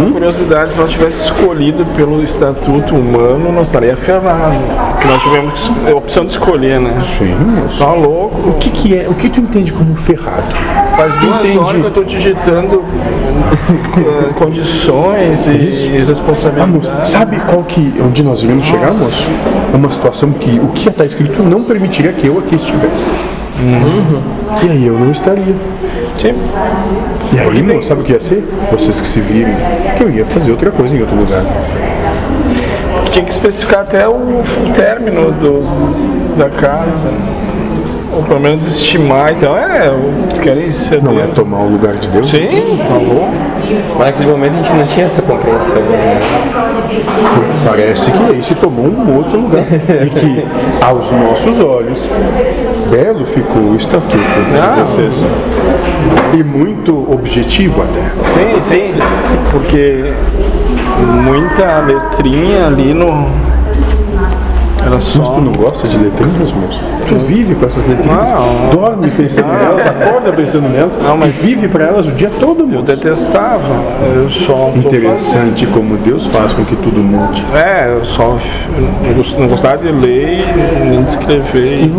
Hum? Curiosidade, se nós tivesse escolhido pelo estatuto humano, nós estaria ferrado. Porque nós tivemos a opção de escolher, né? Sim, Tá louco. O que, que é? O que tu entende como ferrado? Faz duas Entendi. horas que eu tô digitando eh, condições e Ah, moço, responsabilidades. sabe qual que onde nós iremos chegar, moço? É Uma situação que o que está escrito não permitiria que eu aqui estivesse. E aí eu não estaria. Uhum. Sim. E aí, moço, sabe o que ia ser? Vocês que se virem, que eu ia fazer outra coisa em outro lugar. Tinha que especificar até o, o término do, da casa. Ou pelo menos estimar, então é, eu- querem ser. Não é tomar o lugar de Deus? Sim, tá louco. Mas naquele momento a gente não tinha essa compreensão. Né? Parece que aí se tomou um outro lugar. E que, aos nossos olhos, belo ficou o estatuto de Não. vocês. E muito objetivo até. Sim, sim, porque muita letrinha ali no. Era Mas só. tu não gosta de letrinhas, moço? Tu vive com essas letrinhas. Não. Ah. Dorme pensando nelas, acorda pensando nelas. Não, mas- e vive para elas o dia todo, Eu meu detestava. Eu só. um tô Interessante como Deus faz com que tudo mude. fazendo. É, eu só. Eu não gostava de ler, nem de escrever.